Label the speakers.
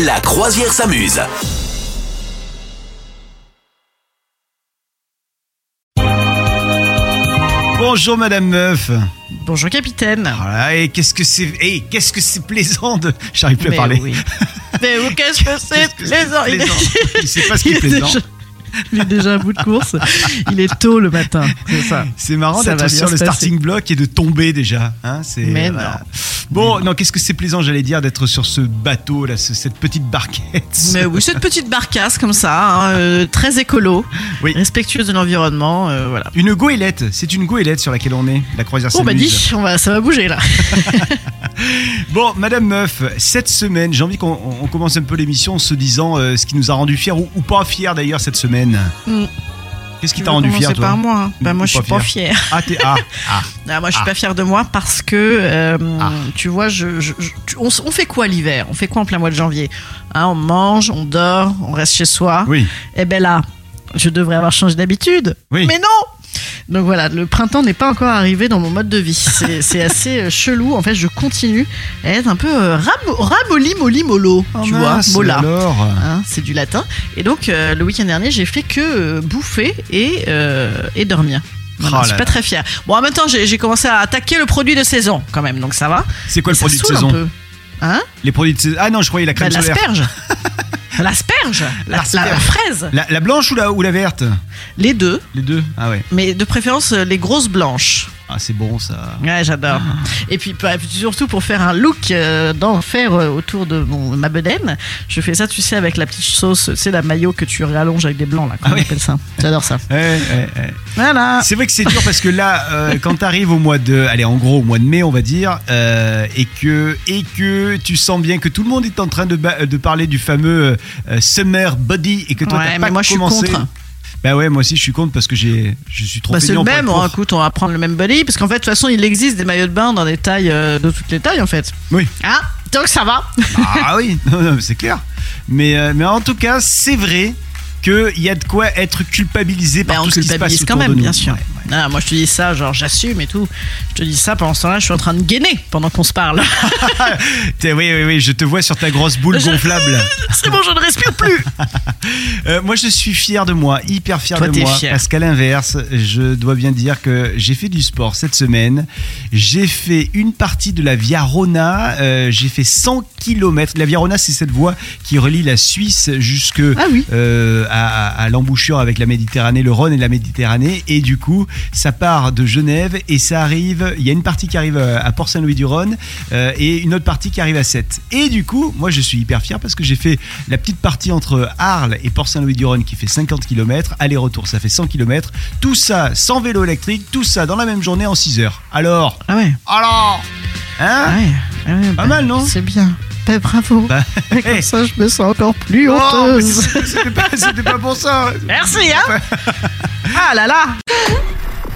Speaker 1: La croisière s'amuse.
Speaker 2: Bonjour Madame Meuf.
Speaker 3: Bonjour capitaine.
Speaker 2: Voilà, et qu'est-ce que c'est et qu'est-ce que c'est plaisant de j'arrive plus à
Speaker 3: Mais
Speaker 2: parler.
Speaker 3: oui. Mais où qu'est-ce que c'est
Speaker 2: Qu'est-ce que c'est
Speaker 3: plaisant. Il est-
Speaker 2: plaisant. Je sais pas ce qui est
Speaker 3: il est
Speaker 2: plaisant.
Speaker 3: déjà- Il est déjà à bout de course. Il est tôt le matin, c'est ça.
Speaker 2: C'est marrant
Speaker 3: Ça va
Speaker 2: d'être
Speaker 3: bien
Speaker 2: sur
Speaker 3: se
Speaker 2: le
Speaker 3: passer.
Speaker 2: starting block et de tomber déjà. hein, c'est-
Speaker 3: Mais non.
Speaker 2: Bon, non, qu'est-ce que c'est plaisant, j'allais dire, d'être sur ce bateau là, ce- cette petite barquette.
Speaker 3: Mais oui, cette petite barcasse comme ça, hein, euh, très écolo,
Speaker 2: Oui.
Speaker 3: respectueuse de l'environnement, euh, voilà.
Speaker 2: Une goélette, c'est une goélette sur laquelle on est, la croisière
Speaker 3: Bon bah
Speaker 2: s'amuse.
Speaker 3: dis, on va, ça va bouger là.
Speaker 2: Bon, Madame Meuf, cette semaine, j'ai envie qu'on on- on commence un peu l'émission en se disant euh, ce qui nous a rendu fiers ou, ou pas fiers d'ailleurs cette semaine.
Speaker 3: Mm.
Speaker 2: Qu'est-ce qui
Speaker 3: Tu
Speaker 2: t'a
Speaker 3: veux
Speaker 2: rendu
Speaker 3: commencer
Speaker 2: fier, toi
Speaker 3: par moi. hein Bah
Speaker 2: Ou-
Speaker 3: moi
Speaker 2: ou
Speaker 3: je suis
Speaker 2: pas
Speaker 3: pas fière.
Speaker 2: Ah, t'es. Ah, ah.
Speaker 3: Ah, moi je suis
Speaker 2: Ah.
Speaker 3: pas fière de moi parce que euh,
Speaker 2: Ah.
Speaker 3: tu vois, je, je- je- tu- on, s- on fait quoi l'hiver On fait quoi en plein mois de janvier Hein, On mange, on dort, on reste chez soi.
Speaker 2: Oui.
Speaker 3: Eh ben là, je devrais avoir changé d'habitude.
Speaker 2: Oui.
Speaker 3: Mais non Donc voilà, le printemps n'est pas encore arrivé dans mon mode de vie. C'est c'est assez euh, chelou. En fait, je continue à être un peu euh, rabo- rabolimollimolo,
Speaker 2: Oh
Speaker 3: tu
Speaker 2: mince,
Speaker 3: vois, mola.
Speaker 2: Alors. euh,
Speaker 3: Hein, c'est du latin. Et donc, euh, le week-end dernier, j'ai fait que euh, bouffer et, euh, et dormir. Voilà,
Speaker 2: Oh
Speaker 3: je suis
Speaker 2: là
Speaker 3: pas
Speaker 2: là.
Speaker 3: très fière. Bon, en même temps, j'ai j'ai commencé à attaquer le produit de saison quand même, donc ça va.
Speaker 2: C'est quoi le
Speaker 3: Ça
Speaker 2: produit de
Speaker 3: saoule un
Speaker 2: saison
Speaker 3: peu. Hein
Speaker 2: Les produits de saison. Ah non, je croyais la crème
Speaker 3: Bah, de
Speaker 2: solaire.
Speaker 3: L'asperge. L'asperge. La- la- la
Speaker 2: L'asperge.
Speaker 3: fraise.
Speaker 2: La, la blanche ou la, ou la verte
Speaker 3: Les deux.
Speaker 2: Les deux Ah ouais.
Speaker 3: Mais de préférence euh, les grosses blanches.
Speaker 2: Ah, c'est bon ça.
Speaker 3: Ouais, j'adore.
Speaker 2: Ah.
Speaker 3: Et puis bah, surtout pour faire un look euh, d'enfer euh, autour de mon, ma bedaine, je fais ça, tu sais, avec la petite sauce, c'est la maillot que tu rallonges avec des blancs, là, comment
Speaker 2: Ah oui.
Speaker 3: on appelle ça. J'adore ça.
Speaker 2: Ouais, ouais, ouais. Ah.
Speaker 3: Voilà.
Speaker 2: C'est vrai que c'est dur parce que là, euh, quand t'arrives au mois de, allez, en gros au mois de mai, on va dire, euh, et que et que tu sens bien que tout le monde est en train de, ba- de parler du fameux euh, summer body et que toi
Speaker 3: Ouais,
Speaker 2: t'as
Speaker 3: mais
Speaker 2: pas
Speaker 3: moi, je suis
Speaker 2: commencé.
Speaker 3: contre.
Speaker 2: Bah ouais, moi aussi je suis contre parce que j'ai je suis trop
Speaker 3: Bah, c'est
Speaker 2: fainéant
Speaker 3: le
Speaker 2: pour
Speaker 3: même,
Speaker 2: être
Speaker 3: hein,
Speaker 2: contre.
Speaker 3: écoute, on va prendre le même body, parce qu'en fait, de toute façon, il existe des maillots de bain dans des tailles, euh, de toutes les tailles, en fait.
Speaker 2: Oui.
Speaker 3: Ah, donc ça va.
Speaker 2: Ah oui, non, non, mais c'est clair. Mais, euh, mais en tout cas, c'est vrai qu'il y a de quoi être culpabilisé par
Speaker 3: Bah, on
Speaker 2: tout ce qui se passe
Speaker 3: culpabilise quand
Speaker 2: autour
Speaker 3: même,
Speaker 2: de nous.
Speaker 3: bien sûr.
Speaker 2: Ouais, ouais.
Speaker 3: Ah, moi, je te dis ça, genre, j'assume et tout. Je te dis ça, pendant ce temps-là, je suis en train de gainer pendant qu'on se parle.
Speaker 2: T'es- oui, oui, oui, je te vois sur ta grosse boule
Speaker 3: Je-
Speaker 2: gonflable.
Speaker 3: c'est bon, je ne respire plus.
Speaker 2: Euh, moi, je suis fier de moi, hyper fier
Speaker 3: Toi,
Speaker 2: de
Speaker 3: t'es
Speaker 2: moi.
Speaker 3: fier.
Speaker 2: Parce qu'à l'inverse, je dois bien dire que j'ai fait du sport cette semaine. J'ai fait une partie de la Via Rona. euh, j'ai fait 100 km. La Via Rona, c'est cette voie qui relie la Suisse jusque
Speaker 3: Ah oui.
Speaker 2: euh, à, à- à l'embouchure avec la Méditerranée, le Rhône et la Méditerranée. Et du coup, ça part de Genève et ça arrive. Il y a une partie qui arrive à à Port-Saint-Louis-du-Rhône euh, et une autre partie qui arrive à Sète. Et du coup, moi, je suis hyper fier parce que j'ai fait la petite partie entre Arles et Port-Saint-Louis-du-Rhône qui fait 50 km. Aller-retour, ça fait 100 km. Tout ça sans vélo électrique, tout ça dans la même journée en 6 heures. Alors,
Speaker 3: Ah ouais.
Speaker 2: alors, hein
Speaker 3: Ouais, ouais,
Speaker 2: Pas
Speaker 3: bah,
Speaker 2: mal, non
Speaker 3: C'est bien. Bah, bravo.
Speaker 2: Bah,
Speaker 3: Et Comme
Speaker 2: hey.
Speaker 3: ça, je me sens encore plus
Speaker 2: Oh, mais
Speaker 3: honteuse.
Speaker 2: c'était c'était pas, c'était pas pour ça.
Speaker 3: Merci, hein. ah là là.